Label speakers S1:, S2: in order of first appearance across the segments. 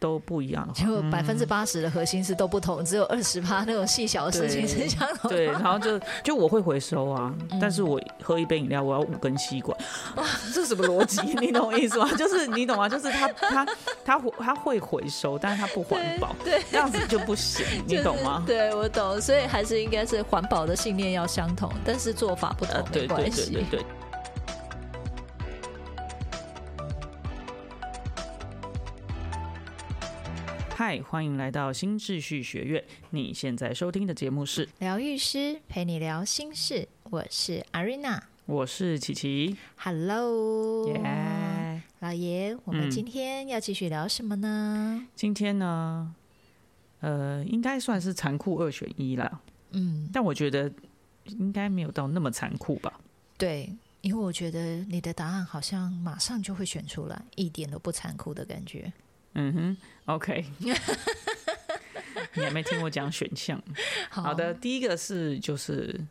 S1: 都不一 样的话，
S2: 就百分之八十的核心是都不同，只有二十趴那种细小的事情是相同的。
S1: 对，然后就就我会回收啊，
S2: 嗯
S1: 但是我喝一杯饮料，我要五根吸 管，这是什么逻辑？你懂我意思吗？ 就是你懂吗？就是他他他他会回收，但是他不环保，
S2: 对，
S1: 这样子就不行，
S2: 就
S1: 你
S2: 是
S1: 懂吗？
S2: 对，我懂，所以还是应该是环保的信念要相同，但是做法不同
S1: 呃，
S2: 没
S1: 对对
S2: 关
S1: 对
S2: 系
S1: 对。对。嗨，欢迎来到新秩序学院。你现在收听的节目是，
S2: 疗愈师陪你聊心事，我是 Arena。
S1: 我是琪琪，
S2: Hello，、
S1: 耶、
S2: 老爷，我们
S1: 嗯
S2: 今天要继续聊什么呢？
S1: 今天呢，呃，应该算是残酷二选一啦，
S2: 嗯，
S1: 但我觉得应该没有到那么残酷吧。
S2: 对，因为我觉得你的答案好像马上就会选出来，一点都不残酷的感觉。
S1: 嗯哼，OK。你还没听我讲选项。
S2: 好
S1: 好的，，第一个是就是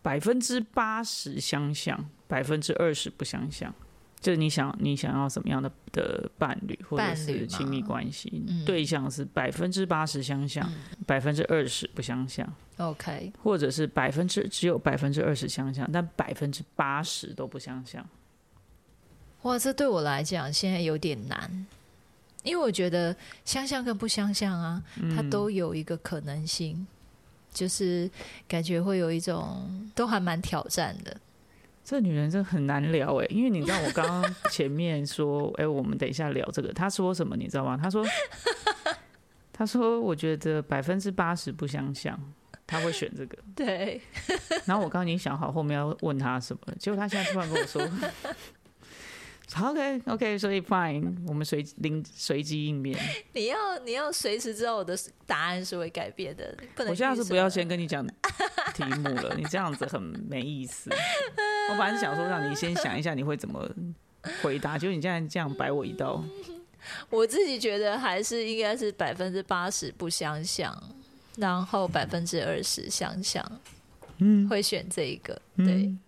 S1: 百分之八十相像，百分之二十不相像。就是你想你想要什么样的的伴侣或者
S2: 伴侣
S1: 是
S2: 嘛
S1: 亲密关系
S2: 嗯，
S1: 对象是百分之八十相像，百分之二十不相像。
S2: ，OK，
S1: 或者是百分之只有百分之二十相像，但百分之八十都不相像。
S2: 哇，这对我来讲现在有点难，因为我觉得相像跟不相像啊，
S1: 嗯
S2: 它都有一个可能性，就是感觉会有一种都还蛮挑战的。
S1: 这女人真的很难聊哎、因为你知道我刚刚前面说，哎、我们等一下聊这个，她说什么你知道吗？她说，她说我觉得百分之八十不相像，她会选这个。
S2: 对，
S1: 然后我刚刚已经想好后面要问她什么了，结果她现在突然跟我说。OK OK，所以 fine，我们随临随机应变。
S2: 你要你要随时知道我的答案是会改变的，不能。
S1: 我下次不要先跟你讲题目了，你这样子很没意思。我本来是想说让你先想一下你会怎么回答，结果你竟然这样摆我一道。
S2: 我自己觉得还是应该是百分之八十不相像，然后百分之二十相像，
S1: 嗯，
S2: 会选这一个。对，
S1: 嗯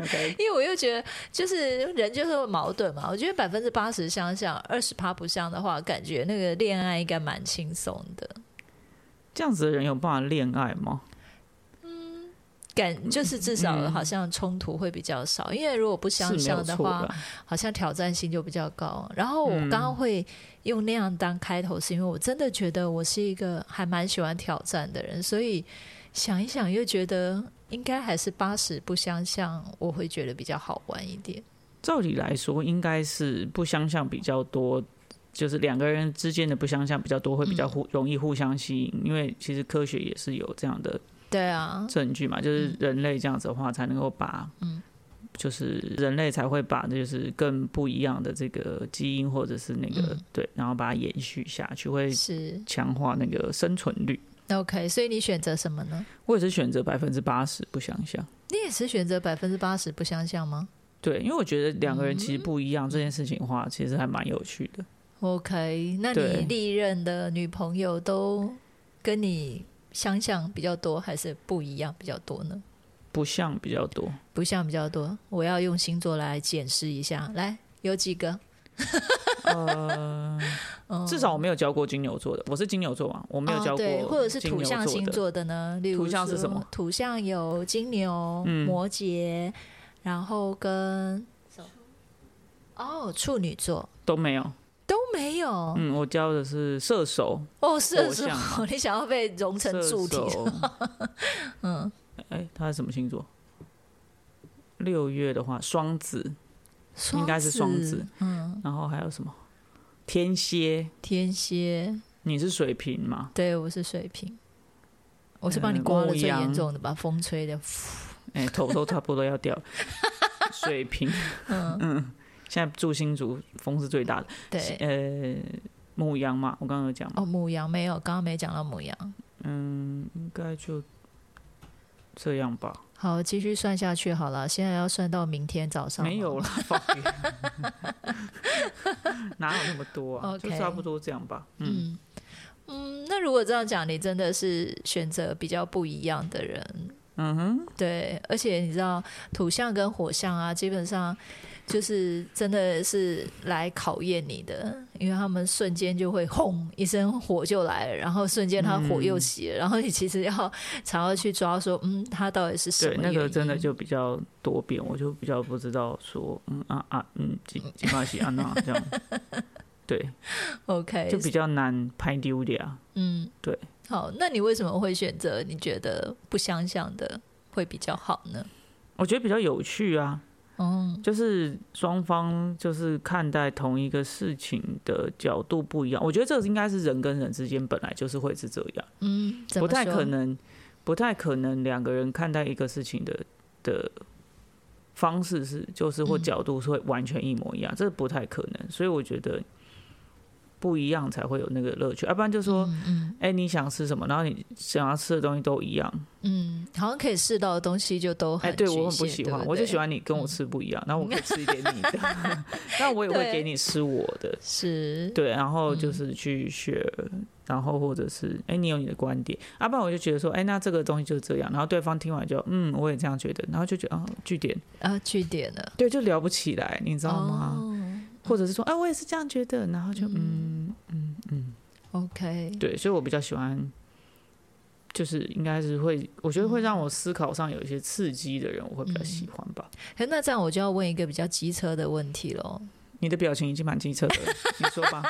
S1: OK，
S2: 因为我又觉得就是人就是会矛盾嘛。我觉得百分之八十相像，二十趴不像的话，感觉那个恋爱应该蛮轻松的。
S1: 这样子的人有办法恋爱吗？
S2: 感就是至少好像冲突会比较少，因为如果不
S1: 嗯是
S2: 相
S1: 没有
S2: 像的
S1: 错
S2: 话
S1: 的，。
S2: 好像挑战性就比较高。然后我刚
S1: 嗯
S2: 刚会用那样当开头，是因为我真的觉得我是一个还蛮喜欢挑战的人，所以想一想又觉得应该还是八十不相像，我会觉得比较好玩一点。
S1: 照理来说，应该是不相像比较多，就是两个人之间的不相像比较多，会比
S2: 嗯
S1: 较互容易互相吸引，因为其实科学也是有这样的
S2: 对啊，
S1: 证据嘛，就是人类这样子的话，才能够把，
S2: 嗯
S1: 就是人类才会把，就是更不一样的这个基因或者是那个、
S2: 嗯
S1: 对，然后把它延续下去，会
S2: 是
S1: 强化那个生存率。
S2: OK。所以你选择什么呢？
S1: 我也是选择百分之八十不想想，
S2: 你也是选择百分之八十不相像吗
S1: 对，因为我觉得两个人
S2: 嗯
S1: 其实不一样、这件事情的话，其实还蛮有趣的。
S2: ？OK，那你
S1: 对
S2: 历任的女朋友都跟你相像比较多，还是不一样比较多呢？
S1: 不像比较多，
S2: 不像比较多。我要用星座来检视一下，来有几个？呃，
S1: 至少我没有教过金牛座的，我是金牛座嘛，我没有教过、
S2: 哦对，或者是
S1: 金牛
S2: 土象
S1: 座
S2: 星
S1: 的，
S2: 座的呢？例如
S1: 土象是什么
S2: 说？土象有金牛、
S1: 嗯
S2: 摩羯，然后跟哦处女座
S1: 都没有。
S2: 都没有。
S1: 嗯，我教的是射手、
S2: 哦，射
S1: 火
S2: 手
S1: 象，
S2: 你想要被融成
S1: 射
S2: 柱体？
S1: 手，嗯，哎，他是什么星座？六月的话，双子， 应该是双子，
S2: 嗯，
S1: 然后还有什么？天蝎，
S2: 天蝎，
S1: 你是水瓶嘛？
S2: 对我是水瓶。我是帮你
S1: 嗯
S2: 刮了
S1: 牧
S2: 最严
S1: 羊
S2: 重的吧，风吹的，
S1: 哎，头都差不多要掉了。水瓶，嗯，现在住新竹，风是最大的。
S2: 对，
S1: 呃，母羊嘛，我刚刚有讲嘛，
S2: 哦，母羊没有，刚刚没讲到母羊。
S1: 应该就这样吧。
S2: 好，继续算下去好了，现在要算到明天早上。
S1: 没有
S2: 了。
S1: 啦， 哪有那么多啊？就
S2: OK
S1: 差不多这样吧。嗯，
S2: 嗯嗯，那如果这样讲，你真的是选择比较不一样的人，
S1: 嗯哼，
S2: 对，而且你知道土象跟火象啊，基本上就是真的是来考验你的，因为他们瞬间就会轰一声火就来了，然后瞬间他火
S1: 嗯
S2: 又起了，然后你其实要常要去抓说，嗯，他到底是什
S1: 对，
S2: 么
S1: 那
S2: 原
S1: 个
S2: 因
S1: 真的就比较多变，我就比较不知道说，嗯啊啊，嗯，金金马喜安娜这样，对，
S2: OK，
S1: 就比较难拍丢的啊。
S2: 嗯，
S1: 对。
S2: 好，那你为什么会选择你觉得不相像的会比较好呢？
S1: 我觉得比较有趣啊，
S2: 嗯
S1: 就是双方就是看待同一个事情的角度不一样。我觉得这个应该是人跟人之间本来就是会是这样，
S2: 嗯，怎
S1: 不
S2: 么
S1: 太
S2: 说
S1: 可能，不太可能两个人看待一个事情的的方式是，就是或
S2: 嗯
S1: 角度是会完全一模一样，这不太可能。所以我觉得不一样才会有那个乐趣，要、啊不然就说，
S2: 嗯嗯
S1: 哎、你想吃什么，然后你想要吃的东西都一样，
S2: 嗯，好像可以试到的东西就都
S1: 哎、
S2: 很
S1: 对
S2: 局
S1: 我很不
S2: 限
S1: 喜
S2: 对
S1: 欢，
S2: 不
S1: 我就
S2: 对嗯
S1: 喜欢你跟我吃不一样，然后我 可以吃一点你的， 但我也会给你吃我的，
S2: 是
S1: 对，然后就是去学，然后或者是哎、你有你的观点，要、不然我就觉得说，哎、那这个东西就是这样，然后对方听完就嗯，我也这样觉得，然后就觉得啊，据点，
S2: 啊，据点了，
S1: 对，就聊不起来，你知
S2: 知
S1: 道
S2: 哦
S1: 吗？或者是说，哎、我也是这样觉得，然后就嗯嗯嗯，
S2: o k
S1: 对，所以我比较喜欢。就是应该是会，我觉得会让我思考上有一些刺激的人，我会比较喜欢吧。
S2: 可那这样我就要问一个比较机车的问题喽。
S1: 你的表情已经蛮机车的了，你说吧。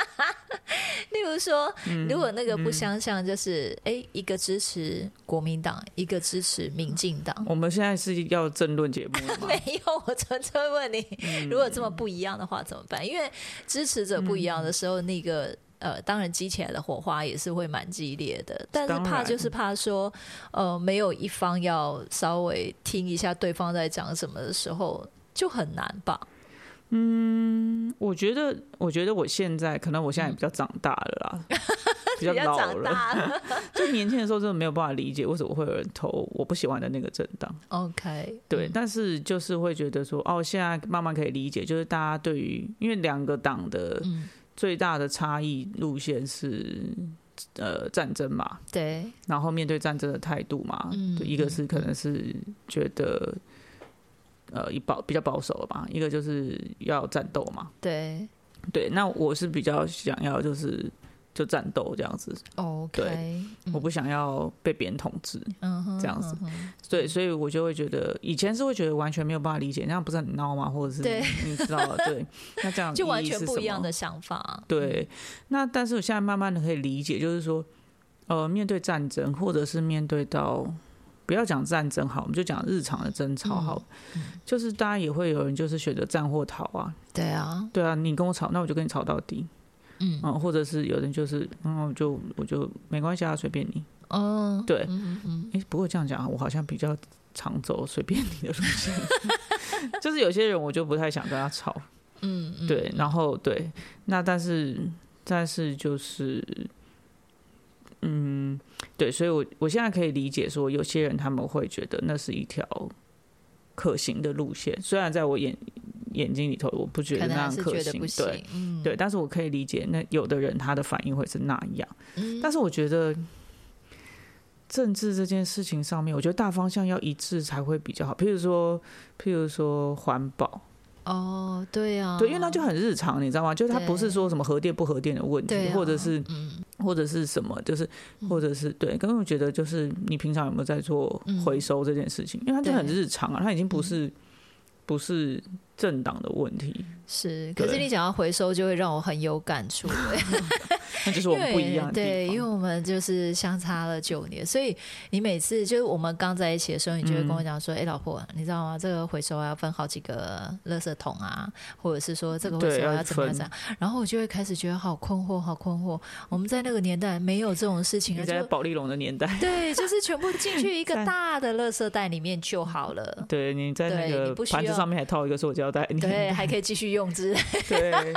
S2: 例如说，
S1: 嗯
S2: 如果那个不相像，就是哎、诶一个支持国民党，一个支持民进党，
S1: 我们现在是要争论节目了吗？嗯
S2: 没有，我纯粹问你，如果这么不一样的话怎么办？因为支持者不一样的时候，那个呃，当然激起来的火花也是会蛮激烈的。但是
S1: 当
S2: 怕
S1: 然
S2: 就是怕说，呃，没有一方要稍微听一下对方在讲什么的时候，就很难吧？
S1: 我觉得，我觉得我现在可能我现在也比较长大 了啦，比较
S2: 嗯比较
S1: 老
S2: 长
S1: 了。
S2: 大了
S1: 就年轻的时候真的没有办法理解为什么会有人投我不喜欢的那个政党。
S2: ，OK，嗯
S1: 对，但是就是会觉得说，哦，现在慢慢可以理解，就是大家对于因为两个党的
S2: 嗯，
S1: 最大的差异路线是呃战争嘛，
S2: 对，
S1: 然后面对战争的态度嘛，
S2: 嗯
S1: 就一个是可能是觉得呃以保比较保守了嘛，一个就是要战斗嘛，
S2: 对
S1: 对，那我是比较想要就是就战斗这样子，
S2: ，OK，嗯
S1: 我不想要被别人统治，
S2: 嗯哼，
S1: 这样子
S2: 嗯哼
S1: 对，所以我就会觉得以前是会觉得完全没有办法理解，那样不是很闹吗？或者是
S2: 对
S1: 你知道 对，那这样
S2: 就完
S1: 嗯意义
S2: 全
S1: 是
S2: 不
S1: 什
S2: 一样
S1: 么
S2: 的嗯想法，
S1: 对，那但是我现在慢慢的可以理解，就是说，呃，面对战争，或者是面对到不要讲战争好，我们就讲日常的争吵
S2: 嗯
S1: 好了，就是大家也会有人就是选择战或逃啊，
S2: 对啊，
S1: 对啊，你跟我吵，那我就跟你吵到底，
S2: 嗯
S1: 嗯，或者是有人就是，嗯，我就我就没关系啊，随便你，
S2: 嗯，
S1: 对
S2: 嗯嗯嗯。
S1: 哎、不过这样讲啊，我好像比较常走随便你的路 线，就是有些人我就不太想跟他吵，
S2: 嗯，嗯
S1: 对，然后对，那但是但是就是，嗯，对，所以我我现在可以理解说，有些人他们会觉得那是一条可行的路线，虽然在我眼眼睛里头，我不觉
S2: 可
S1: 得那
S2: 能还
S1: 样
S2: 是
S1: 可
S2: 觉得
S1: 行
S2: 不，行
S1: 对，
S2: 嗯，
S1: 对，但是我可以理解，那有的人他的反应会是那样，
S2: 嗯，
S1: 但是我觉得。政治这件事情上面，我觉得大方向要一致才会比较好。譬如说，譬如说环保，
S2: 哦，对啊，
S1: 对，因为那就很日常，你知道吗？就是它不是
S2: 对
S1: 说什么核电不核电的问题，
S2: 对啊
S1: 或者是
S2: 嗯
S1: 或者是什么，就是或者是对，跟我觉得就是你平常有没有在做
S2: 嗯
S1: 回收这件事情，因为它就很
S2: 对嗯
S1: 日常啊，它已经不是不是政党的问题，
S2: 是，可是
S1: 对
S2: 你讲到回收，就会让我很有 感触，
S1: 那就是
S2: 因
S1: 我们不一
S2: 为
S1: 样的
S2: 对，
S1: 地
S2: 因为
S1: 方。
S2: 我们就是相差了九年，所以你每次就是我们刚在一起的时候，你就会跟
S1: 嗯
S2: 我讲说，哎，老婆，你知道吗？这个回收啊要分好几个垃圾桶啊，或者是说这个回
S1: 对
S2: 收啊
S1: 要
S2: 要怎么样
S1: 分
S2: 怎么样，然后我就会开始觉得好困惑，好困惑。我们在那个年代没有这种事情
S1: 你
S2: 啊，
S1: 在
S2: 就
S1: 保利龙的年代，
S2: 对，就是全部进去一个
S1: 在
S2: 大的垃圾袋里面就好了。
S1: 对，你在那
S2: 对你
S1: 个
S2: 不需
S1: 盘子
S2: 要
S1: 上面还套一个塑胶胶 带，你
S2: 对，还可以继续用之类的。
S1: 对，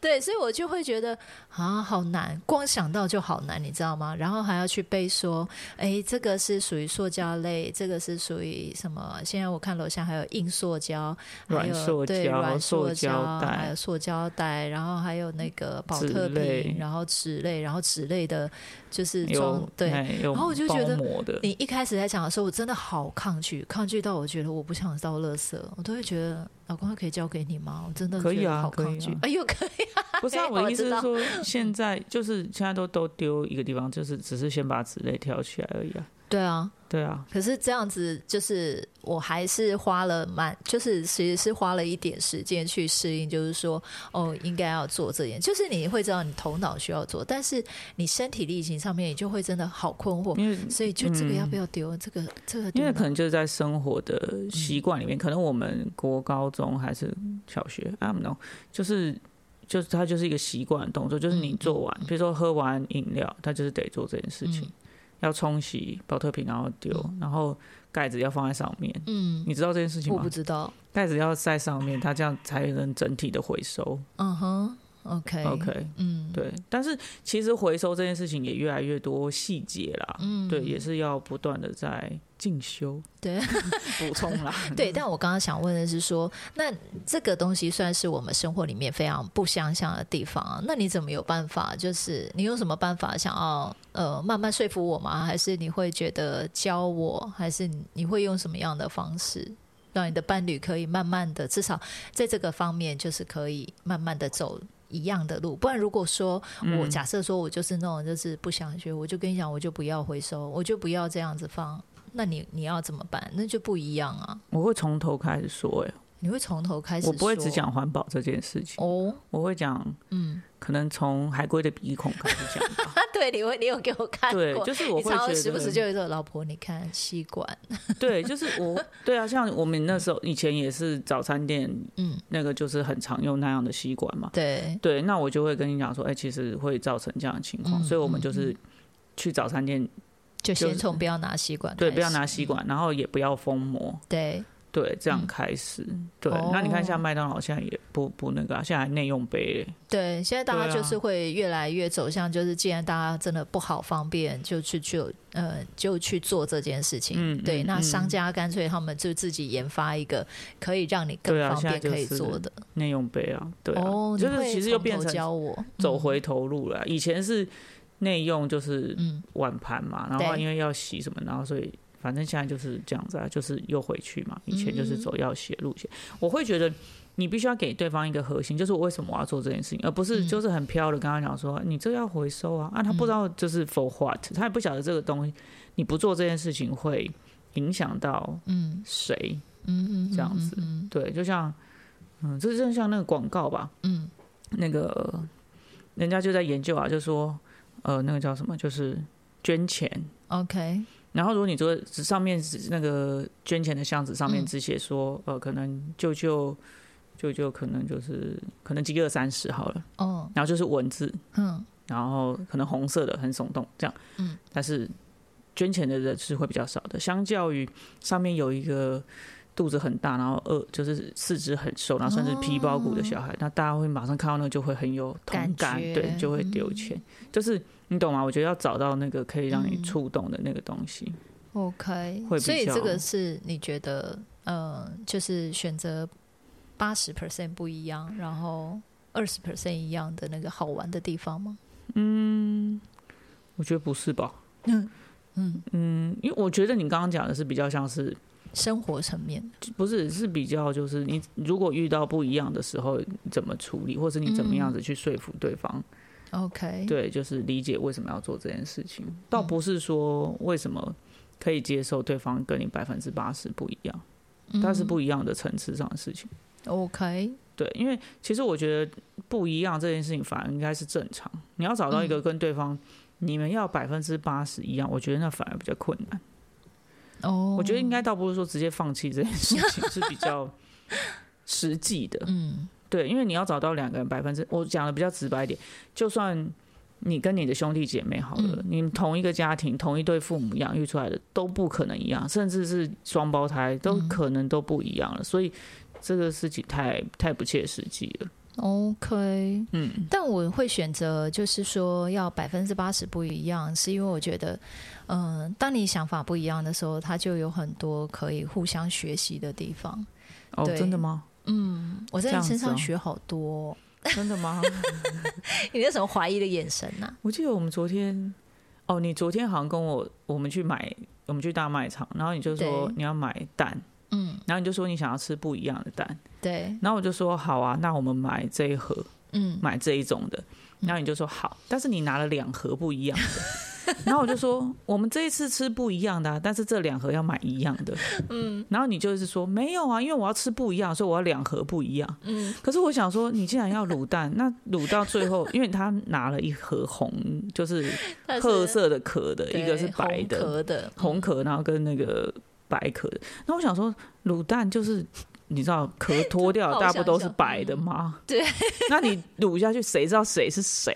S2: 对，所以我就会觉得啊，好难，光想到就好难，你知道吗？然后还要去背说，哎，这个是属于塑胶类，这个是属于什么？现在我看楼下还有硬塑胶，还
S1: 软
S2: 有
S1: 塑
S2: 对
S1: 胶
S2: 软
S1: 塑
S2: 塑
S1: 胶
S2: 胶，
S1: 袋
S2: 还有塑胶袋，然后还有那个保
S1: 纸
S2: 特
S1: 类
S2: 瓶，然后纸类，然后纸类的，就是装
S1: 有
S2: 对。
S1: 哎有
S2: 然后我就
S1: 包
S2: 觉得
S1: 膜的，
S2: 你一开始在讲的时候，我真的好抗拒，抗拒到我觉得我不想到垃圾，我都会觉得老公可以交给你吗？我真的
S1: 可以
S2: 觉得
S1: 啊
S2: 好
S1: 可以
S2: 抗拒。
S1: 啊
S2: 哎呦，可以 啊，
S1: 不是啊，
S2: 哎
S1: 我
S2: 我
S1: 的意思
S2: 知
S1: 是
S2: 道
S1: 说，现在就是现在都都丢一个地方，就是只是先把纸类挑起来而已啊。
S2: 对啊，
S1: 对啊，
S2: 可是这样子，就是我还是花了蛮，就是其实是花了一点时间去适应，就是说，哦，应该要做这件，就是你会知道你头脑需要做，但是你身体力行上面，你就会真的好困惑，
S1: 因为
S2: 所以就这个要不要丢，这个这个
S1: 嗯因
S2: 丢
S1: 为
S2: 哪，
S1: 可能就是在生活的
S2: 嗯
S1: 习惯里面，可能我们国高中还是小学，I don't know，就是就是它就是一个习惯动作，就是
S2: 嗯
S1: 你做完，比如说喝完饮料，它就是得做这件事
S2: 嗯
S1: 情，要冲洗保特瓶，然后丢，然后盖子要放在上面。
S2: 嗯，
S1: 你知道这件事情
S2: 我
S1: 吗
S2: 不？知道，
S1: 盖子要在上面，它这样才能整体的回 收。
S2: 嗯哼，OK
S1: OK，
S2: 嗯，
S1: 哦对，但是其实回收这件事情也越来越多细节啦，
S2: 嗯
S1: 对，也是要不断的在进修、
S2: 对。
S1: 补充啦。
S2: 对，但我刚刚想问的是说，那这个东西算是我们生活里面非常不相像的地方、啊，那你怎么有办法？就是你有什么办法想要呃慢慢说服我吗？还是你会觉得教我？还是你你会用什么样的方式让你的伴侣可以慢慢的，至少在这个方面就是可以慢慢的走？一样的路，不然如果说我假设说我就是那种就是不想学，我就跟你讲，我就不要回收，我就不要这样子放，那你你要怎么办？那就不一样啊。
S1: 我会从头开始说、欸，
S2: 你会从头开始
S1: 我
S2: 说，
S1: 不会只讲环保这件事情，
S2: 哦
S1: 我会讲，
S2: 嗯，
S1: 可能从海龟的鼻孔开始 讲吧。
S2: 啊，对，你会，你有给我看过，
S1: 对，就是我
S2: 你
S1: 会
S2: 常
S1: 觉
S2: 常
S1: 得，
S2: 时不时就有一种老婆，你看吸管，
S1: 对，就是我，对啊，像我们那时候以前也是早餐店
S2: 嗯，
S1: 那个，就是很常用那样的吸管嘛。
S2: 对，
S1: 对，那我就会跟你讲说，哎、其实会造成这样的情况，
S2: 嗯
S1: 所以我们
S2: 嗯
S1: 就是去早餐店，
S2: 就
S1: 就是
S2: 先从不要拿吸管，
S1: 对，不要拿，吸管，然后也不要封膜，
S2: 对，
S1: 对，这样
S2: 嗯
S1: 开始。对，
S2: 哦
S1: 那你看，像麦当劳现在也不不那个、啊，现在还内用杯嘞，
S2: 对，现在大
S1: 对
S2: 家
S1: 啊
S2: 就是会越来越走向，就是既然大家真的不好方便，就去就呃就去做这件事情。
S1: 嗯
S2: 对，
S1: 嗯
S2: 那
S1: 嗯
S2: 商家干脆他们就自己研发一个可以让你更
S1: 对啊
S2: 方
S1: 现在
S2: 便
S1: 就
S2: 可以
S1: 是
S2: 做的。
S1: 内用杯啊，对啊，
S2: 哦，你
S1: 就是
S2: 会
S1: 其实又
S2: 从
S1: 变
S2: 头
S1: 成
S2: 教嗯我
S1: 走，回头路了啊。以前是内用就是
S2: 嗯嗯，
S1: 碗盘嘛，然后
S2: 对
S1: 因为要洗什么，然后所以反正现在就是这样子啊，就是又回去嘛。
S2: 嗯
S1: 以前就是走要洗的路线，我会觉得。你必须要给对方一个核心，就是我为什么我要做这件事情，而不是
S2: 嗯
S1: 就是很飘的跟他讲说你这要回收啊啊，他不知道就是 for what，他也不晓得这个东西你不做这件事情会影响到
S2: 嗯
S1: 谁，
S2: 嗯嗯，
S1: 这样子
S2: 嗯
S1: 对，就像，嗯，这就像那个广告吧，
S2: 嗯，
S1: 那个人家就在研究啊，就说，呃，那个叫什么，就是捐钱。
S2: 嗯，OK，
S1: 然后如果你说只上面只那个捐钱的箱子上面
S2: 嗯
S1: 只写说，呃，可能舅舅舅舅可能就是可能饥饿三十好了，
S2: 哦，
S1: 然后就是文字，
S2: 嗯
S1: 然后可能红色的很耸动这样，
S2: 嗯，
S1: 但是捐钱的人是会比较少的，相较于上面有一个肚子很大，然后饿就是四肢很瘦，然后甚至皮包骨的小孩，那大家会马上看到那个就会很有同感，
S2: 哦感觉嗯
S1: 对，就会丢钱，就是你懂吗？我觉得要找到那个可以让你
S2: 嗯
S1: 触动的那个东西，
S2: ，OK，
S1: 会比
S2: 所以
S1: 较
S2: 这个是你觉得，呃，就是选择八十 percent 不一样，然后二十 percent 一样的那个好玩的地方吗？
S1: 我觉得不是吧？
S2: 嗯嗯，
S1: 嗯，因为我觉得你刚刚讲的是比较像是
S2: 生活层面
S1: 不是，是比较就是你如果遇到不一样的时候你怎么处理，或是你怎么样子去说服对方，
S2: ，OK，
S1: 对，就是理解为什么要做这件事情，倒不是说为什么可以接受对方跟你百分之八十不一样，它是不一样的层次上的事情。
S2: 嗯，OK，
S1: 对，因为其实我觉得不一样这件事情反而应该是正常。你要找到一个跟对方，你们要百分之八十一样，我觉得那反而比较困难。
S2: 哦，
S1: 我觉得应该倒不是说直接放弃这件事情 是比较实际的。
S2: 嗯
S1: 对，因为你要找到两个人百分之，我讲的比较直白一点，就算你跟你的兄弟姐妹好了，
S2: 嗯
S1: 你们同一个家庭、同一对父母养
S2: 嗯
S1: 育出来的都不可能一样，甚至是双胞胎都可能都不一样了，所以这个事情太太不切实际了。
S2: OK，
S1: 嗯，
S2: 但我会选择就是说要百分之八十不一样，是因为我觉得，嗯、当你想法不一样的时候，它就有很多可以互相学习的地方。
S1: 哦，
S2: 对
S1: 真的吗？
S2: 嗯，我在
S1: 这
S2: 你
S1: 样
S2: 身
S1: 子
S2: 上
S1: 哦
S2: 学好多哦、
S1: 真的吗？
S2: 你那什么怀疑的眼神啊呐、
S1: 我记得我们昨天，哦，你昨天好像跟我，我们去买，我们去大卖场，然后你就说
S2: 对
S1: 你要买蛋，
S2: 嗯，
S1: 然后你就说你想要吃不一样的蛋，
S2: 对，
S1: 然后我就说好啊，那我们买这一盒，
S2: 嗯，
S1: 买这一种的，然后你就说好，但是你拿了两盒不一样的， 然后我就说我们这一次吃不一样的、啊，但是这两盒要买一样的，嗯，然后你就是说没有啊，因为我要吃不一样，所以我要两盒不一样，嗯，可是我想说你既然要卤蛋，那卤到最后，因为他拿了一盒红， 就是
S2: 但是
S1: 褐色的壳的，一个
S2: 对
S1: 是白
S2: 红
S1: 的，
S2: 壳的，
S1: 红壳，然后跟那个白壳的。那我想说，卤蛋就是你知道 壳脱掉，
S2: 好
S1: 大不都是
S2: 想象
S1: 白的吗？
S2: 对。
S1: 那你卤下去，谁知道谁是谁？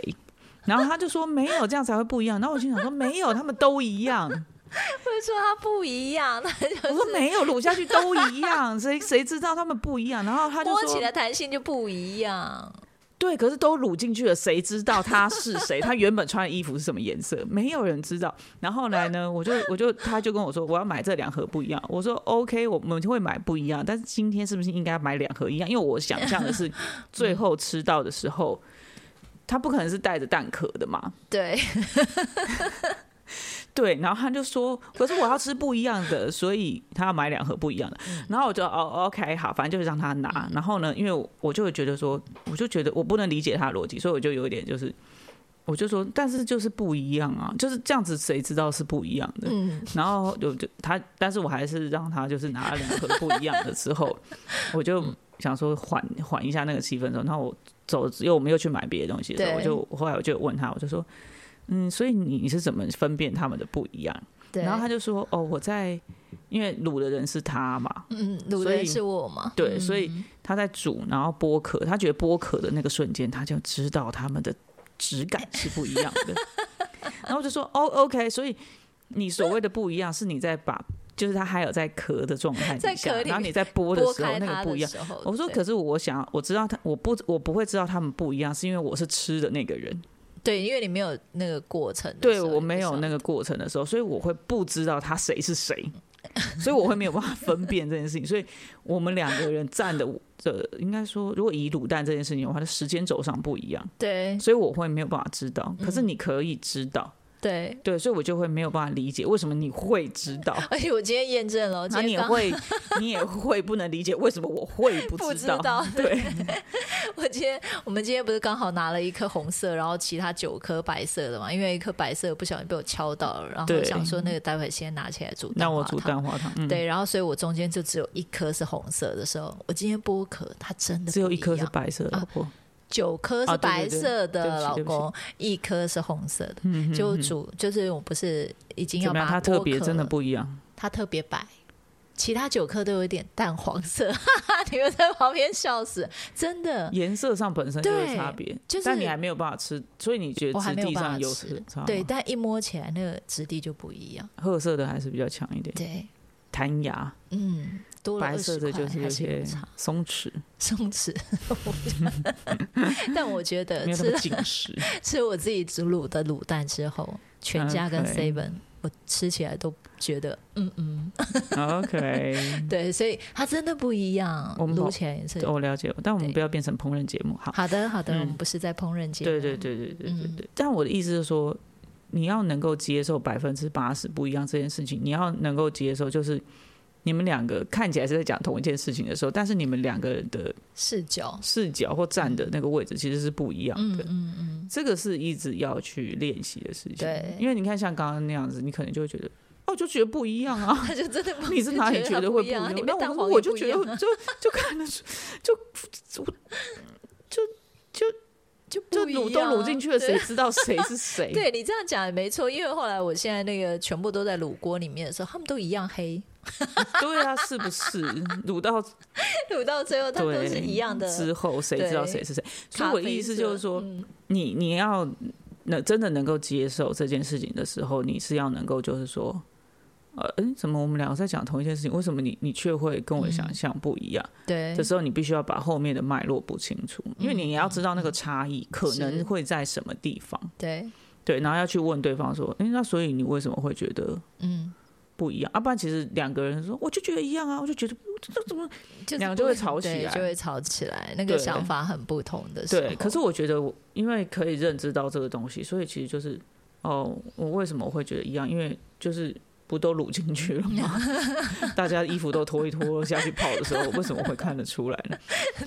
S1: 然后他就说没有，这样才会不一样。然后我心想说没有，他们都一 样。
S2: 会说它不一样，它
S1: 我说没有，卤下去都一样，谁谁知道他们不一样？然后他就
S2: 摸起
S1: 说
S2: 来弹性就不一样。
S1: 对，可是都卤进去了，谁知道他是谁？他原本穿的衣服是什么颜色？没有人知道。然后后来呢，我就我就他就跟我说，我要买这两盒不一样。我说 OK，我们就会买不一样，但是今天是不是应该买两盒一样？因为我想象的是最后吃到的时候，他不可能是带着蛋壳的嘛。
S2: 对，
S1: 对，然后他就说，可是我要吃不一样的，所以他要买两盒不一样的。然后我就哦，OK，好，反正就是让他拿。然后呢，因为我我就会觉得说，我就觉得我不能理解他的逻辑，所以我就有一点就是，我就说，但是就是不一样啊，就是这样子，谁知道是不一样的？
S2: 嗯，
S1: 然后就就他，但是我还是让他就是拿了两盒不一样的之后，我就
S2: 嗯
S1: 想说缓缓一下那个气氛之后，然后我走，因为我们又去买别的东西的时候，我
S2: 对
S1: 就后来我就问他，我就说，嗯，所以你你是怎么分辨他们的不一样？
S2: 对。
S1: 然后他就说，哦，我在因为卤的人是他嘛，
S2: 嗯，卤
S1: 所
S2: 的
S1: 以
S2: 是我嘛？嗯
S1: 对，所以他在煮，然后剥壳，他觉得剥壳的那个瞬间，他就知道他们的质 感是不一样的。然后我就说，哦，OK，所以你所谓的不一样，是你在把，就是它还有在壳的状态
S2: 在
S1: 底下
S2: 壳，里
S1: 然后你在剥的
S2: 剥
S1: 时候
S2: 开
S1: 那
S2: 它
S1: 个不一
S2: 的
S1: 样。
S2: 时候，
S1: 我说，
S2: 对
S1: 可是我想，我知道他，我不，我不会知道他们不一样，是因为我是吃的那个人，
S2: 对，因为你没有那个过程的
S1: 对
S2: 时候
S1: 我没有
S2: 你不
S1: 那
S2: 知
S1: 个过程的时候，所以我会不知道他谁是谁，所以我会没有办法分辨这件事情。所以我们两个人站的这应该说，如果以卤蛋这件事情的话，它时间轴上不一样，
S2: 道对
S1: 所以我会没有办法知道。可是
S2: 嗯
S1: 你可以知道，
S2: 对，
S1: 对，所以我就会没有办法理解为什么你会知道，
S2: 而且我今天验证了，我
S1: 然后
S2: 今
S1: 你
S2: 天
S1: 也
S2: 刚
S1: 会，你也会不能理解为什么我会不
S2: 不
S1: 知
S2: 知
S1: 道。
S2: 道
S1: 对，
S2: 我今天我们今天不是刚好拿了一颗红色，然后其他九颗白色的嘛？因为一颗白色不小心被我敲到了，然后
S1: 对
S2: 想说那个待会先拿起来煮蛋
S1: 那我
S2: 花
S1: 煮
S2: 汤。
S1: 蛋花汤，嗯，
S2: 对，然后所以我中间就只有一颗是红色的时候，我今天剥壳，它真的
S1: 只有
S2: 不
S1: 一颗是
S2: 样
S1: 白色的，
S2: 啊
S1: 老婆。
S2: 九颗
S1: 啊对对
S2: 是白
S1: 对
S2: 色
S1: 对
S2: 的，
S1: 不起
S2: 老
S1: 对不起
S2: 公一颗是红色的。
S1: 嗯，
S2: 就
S1: 嗯嗯
S2: 煮就是我不是已经要
S1: 怎么样？
S2: 把
S1: 它
S2: 它
S1: 特
S2: 剥
S1: 别
S2: 壳
S1: 真的
S2: 了，
S1: 不一样。
S2: 它特别白。其他九颗都有一点淡黄色， 哈哈，你们在旁边笑死，真的。
S1: 颜色上本身就有差别，
S2: 就是
S1: 但你还没有办法吃，所以你觉得
S2: 我还
S1: 质
S2: 没有
S1: 地
S2: 办
S1: 上
S2: 法
S1: 有
S2: 吃
S1: 差吗
S2: 对，，但一摸起来那个质地就不一样。
S1: 褐色的还是比较强一点，
S2: 对，
S1: 弹牙，
S2: 嗯，多了
S1: 白色的
S2: 20块
S1: 就是有
S2: 还是
S1: 些
S2: 差
S1: 松弛，
S2: 松弛。但我觉得
S1: 没有那
S2: 吃
S1: 么紧实。
S2: 吃我自己煮卤的卤蛋之后，全家跟
S1: OK
S2: seven 我吃起来都觉得，嗯嗯，
S1: OK，
S2: 对，所以它真的不一样，
S1: 嗯我们
S2: 卤
S1: 好
S2: 起来也是。
S1: 我了解，但我们
S2: 对
S1: 不要变成烹饪节目，好。
S2: 好的，好的，
S1: 嗯
S2: 我们不是在烹饪节目，
S1: 对对，对对对对
S2: 嗯
S1: 对。但我的意思是说，你要能够接受百分之八十不一样这件事情，你要能够接受，就是你们两个看起来是在讲同一件事情的时候，但是你们两个人的
S2: 视角，
S1: 视角或站的那个位置其实是不一样
S2: 嗯
S1: 的。
S2: 嗯嗯，
S1: 这个是一直要去练习的事情。
S2: 对
S1: 因为你看像刚刚那样子，你可能就会觉得，哦，就觉得不一样 啊。
S2: 他就真的不，
S1: 你是哪里
S2: 就
S1: 觉
S2: 它
S1: 得会
S2: 不一样啊？你
S1: 那
S2: 蛋
S1: 我
S2: 黄
S1: 我
S2: 也
S1: 就
S2: 不一
S1: 觉得
S2: 样啊，
S1: 就就看得出，就就就就
S2: 就
S1: 就
S2: 不一
S1: 卤
S2: 样，啊
S1: 都卤进去了，
S2: 对
S1: 谁知道谁是谁？
S2: 对啊你这样讲也没错，因为后来我现在那个全部都在卤锅里面的时候，他们都一样黑，
S1: 对啊，是不是卤到
S2: 卤到最后它都
S1: 对
S2: 是一样的。
S1: 之后，谁知道
S2: 对
S1: 谁是谁？所以我的
S2: 咖啡
S1: 意思
S2: 色
S1: 就是说，
S2: 嗯
S1: 你你要那真的能够接受这件事情的时候，你是要能够就是说，呃，嗯，怎么我们两个在讲同一件事情，为什么你你却会跟我想象不一样？
S2: 嗯对嗯
S1: 这，时候你必须要把后面的脉络不清楚，因为你也要知道那个差异可能会在什么地方，
S2: 对，
S1: 对，然后要去问对方说，哎、那所以你为什么会觉得
S2: 嗯，
S1: 不一样？啊，不然其实两个人说，我就觉得一样啊，我就觉得这这怎么
S2: 就是
S1: 两个就
S2: 不
S1: 会吵起
S2: 对
S1: 来
S2: 就会吵起来，那个
S1: 对
S2: 想法很不同的时候。
S1: 对？可是我觉得我因为可以认知到这个东西，所以其实就是哦，我为什么会觉得一样？因为就是。不都卤进去了吗？ 大家衣服都脱一脱下去泡的时候，为什么会看得出来呢？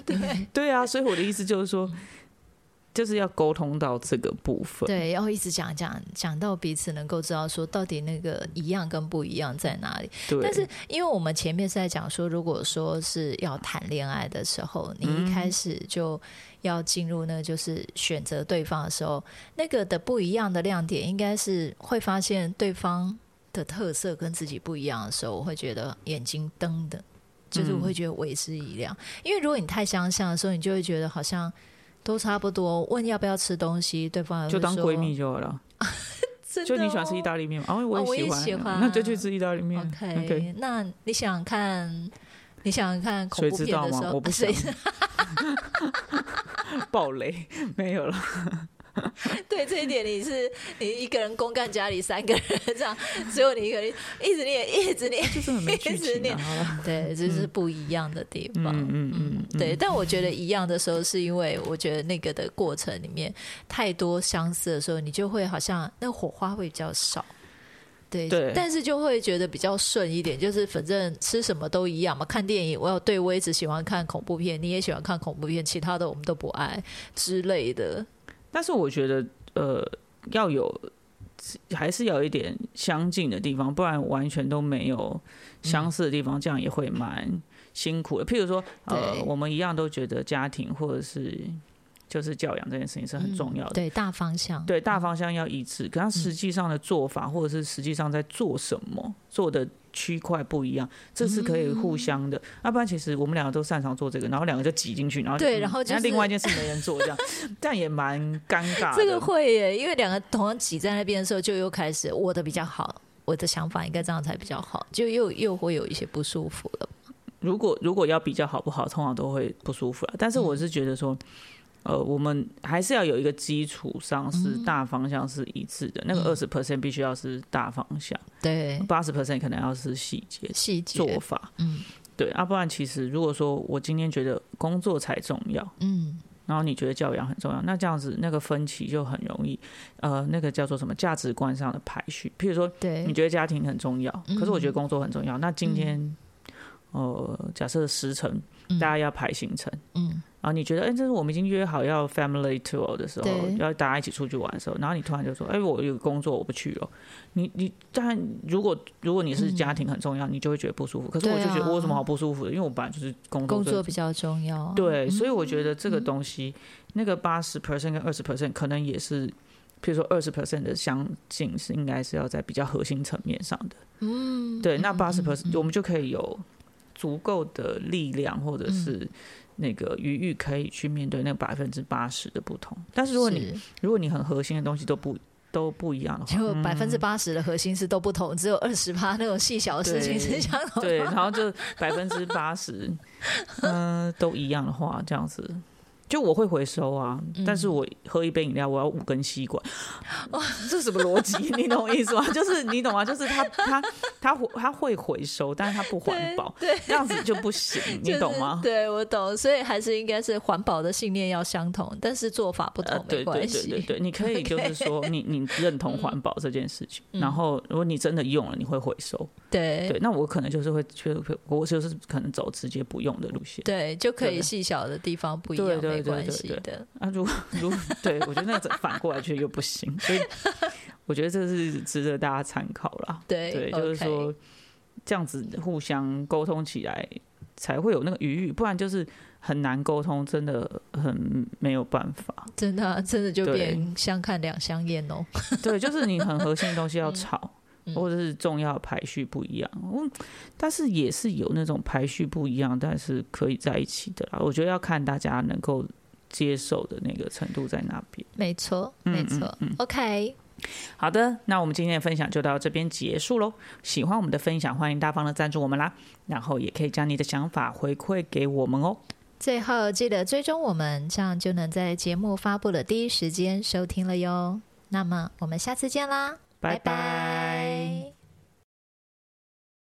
S2: 对
S1: 对啊，所以我的意思就是说，就是要沟通到这个部分。
S2: 对，要一直讲讲讲到彼此能够知道说到底那个一样跟不一样在哪里。
S1: 对，
S2: 但是因为我们前面是在讲说，如果说是要谈恋爱的时候，你一
S1: 嗯
S2: 开始就要进入那个就是选择对方的时候，那个的不一样的亮点，应该是会发现对方的特色跟自己不一样的时候，我会觉得眼睛瞪的，就是我会觉得为之一亮。因为如果你太相像的时候，你就会觉得好像。都差不多，问要不要吃东西，对方也会
S1: 就当
S2: 说
S1: 闺蜜，就好了。
S2: 真的
S1: 就你喜欢吃
S2: 哦
S1: 意大利面吗？啊，
S2: 哦
S1: 我
S2: 我也
S1: 喜欢，
S2: 喜欢啊
S1: 那就去吃意大利面。
S2: OK，, 那你想想看，你想想看恐
S1: 谁
S2: 怖
S1: 知
S2: 片
S1: 道
S2: 的时
S1: 吗？
S2: 候，啊
S1: 我不想
S2: 谁
S1: 暴雷， 没有了。
S2: 对这一点你是你一个人公干家里三个人这样，只有你一个人一直念一直念，嗯
S1: 就真的没剧
S2: 一直
S1: 情、啊
S2: 念
S1: 好 了。
S2: 对，这是不一样的地方。
S1: 嗯嗯嗯，嗯
S2: 对，，但我觉得一样的时候，是因为我觉得那个的过程里面太多相似的时候，你就会好像那火花会比较少。对，
S1: 对
S2: 但是就会觉得比较顺一点，就是反正吃什么都一样嘛。看电影，我有对我也只喜欢看恐怖片，你也喜欢看恐怖片，其他的我们都不爱之类的。
S1: 但是我觉得呃，要有还是有一点相近的地方，不然完全都没有相似的地方，这样也会蛮辛苦的。譬如说，呃
S2: 对，
S1: 我们一样都觉得家庭或者是就是教养这件事情是
S2: 嗯
S1: 很重要的。
S2: 对，大方向，
S1: 对大方向要一致，可
S2: 嗯
S1: 它实际上的做法，或者是实际上在做什么，做的区块不一样，这是可以互相
S2: 嗯
S1: 的。要不然，其实我们两个都擅长做这个，然后两个就挤进去，然后嗯
S2: 对然后就
S1: 那
S2: 是
S1: 另外一件事没人 做，这样这样也蛮尴尬的。
S2: 这个会耶，因为两个同样挤在那边的时候，就又开始我的比较好，我的想法应该这样才比较好，就又又会有一些不舒服了。
S1: 如果如果要比较好不好，通常都会不舒服啦。但是我
S2: 嗯
S1: 是觉得说，呃，我们还是要有一个基础上是
S2: 嗯
S1: 大方向是一致的，那个二十 percent 必须要是大方向，
S2: 对，
S1: 八十 percent 可能要是细节
S2: 细节
S1: 做法。
S2: 嗯
S1: 对，啊要、不然其实如果说我今天觉得工作才重要，
S2: 嗯，
S1: 然后你觉得教养很重要，那这样子那个分歧就很容易，呃，那个叫做什么价值观上的排序。譬如说，
S2: 对嗯
S1: 你，觉得家庭很重要，可是我觉得工作很重要。那今天，呃，假设十成，
S2: 嗯
S1: 大家要排行程，
S2: 嗯，
S1: 然后你觉得，哎、这是我们已经约好要 family tour 的时候
S2: 对，
S1: 要大家一起出去玩的时候，然后你突然就说，哎、我有工作我不去了。你你，但如果如果你是家庭很重要，你就会觉得不舒服。可是我就
S2: 嗯对啊
S1: 觉得我有什么好不舒服的？因为我本来就是工作
S2: 工
S1: 最
S2: 作比较重要啊。
S1: 对，所以我觉得这个东西，那个八十 percent 跟二十 percent 可能也是，譬如说二十 percent 的相近是应该是要在比较核心层面上的。嗯，对，那八十 percent 我们就可以有足够的力量或者是那个余裕可以去面对那百分之八十的不同。但是如果你
S2: 是
S1: 如果你很核心的东西都不都不一样的话，
S2: 就百分之八十的核心是都不同，只有二十趴那种细小的事情哦是相同
S1: 对，
S2: 的
S1: 然
S2: 话。
S1: 后就百分之八 十，嗯，都一样的话，这样子，就我会回收啊，
S2: 嗯
S1: 但是我喝一杯饮料，我要五根吸管，这是什么逻辑？你懂我意 思吗？就是你懂吗？就是他他他他会回收，但是他不环保，
S2: 对，
S1: 这样子就不行，
S2: 就
S1: 你
S2: 是
S1: 懂吗？
S2: 对我懂，所以还是应该是环保的信念要相同，但是做法不同、
S1: 呃，对对
S2: 没关
S1: 对
S2: 系。
S1: 对对，你可以就是说你你认同环保这件事情，
S2: 嗯
S1: 然后如果你真的用了，你会回收，
S2: 对
S1: 对，那我可能就是会去，我就是可能走直接不用的路线。
S2: 对就可以
S1: 对
S2: 细小的地方不一
S1: 对
S2: 样，
S1: 对
S2: 没
S1: 对
S2: 关
S1: 对
S2: 系
S1: 对
S2: 的。
S1: 啊，如 如对我觉得那个反过来却又不行，所以我觉得这是值得大家参考啦。
S2: 对
S1: 对，就是
S2: OK
S1: 说这样子互相沟通起来才会有那个余裕，不然就是很难沟通，真的很没有办法。
S2: 真的啊、真的就
S1: 对
S2: 变相看两相厌哦。
S1: 对，就是你很核心的东西要吵，
S2: 嗯
S1: 或者是重要的排序不一样。嗯，但是也是有那种排序不一样，但是可以在一起的啦。我觉得要看大家能够接受的那个程度在哪边。
S2: 没错，
S1: 嗯
S2: 没错。OK，
S1: 好的，那我们今天的分享就到这边结束喽。喜欢我们的分享，欢迎大方的赞助我们啦，然后也可以将你的想法回馈给我们哦。
S2: 最后记得追踪我们，这样就能在节目发布的第一时间收听了哟。那么我们下次见啦，
S1: 拜
S2: 拜拜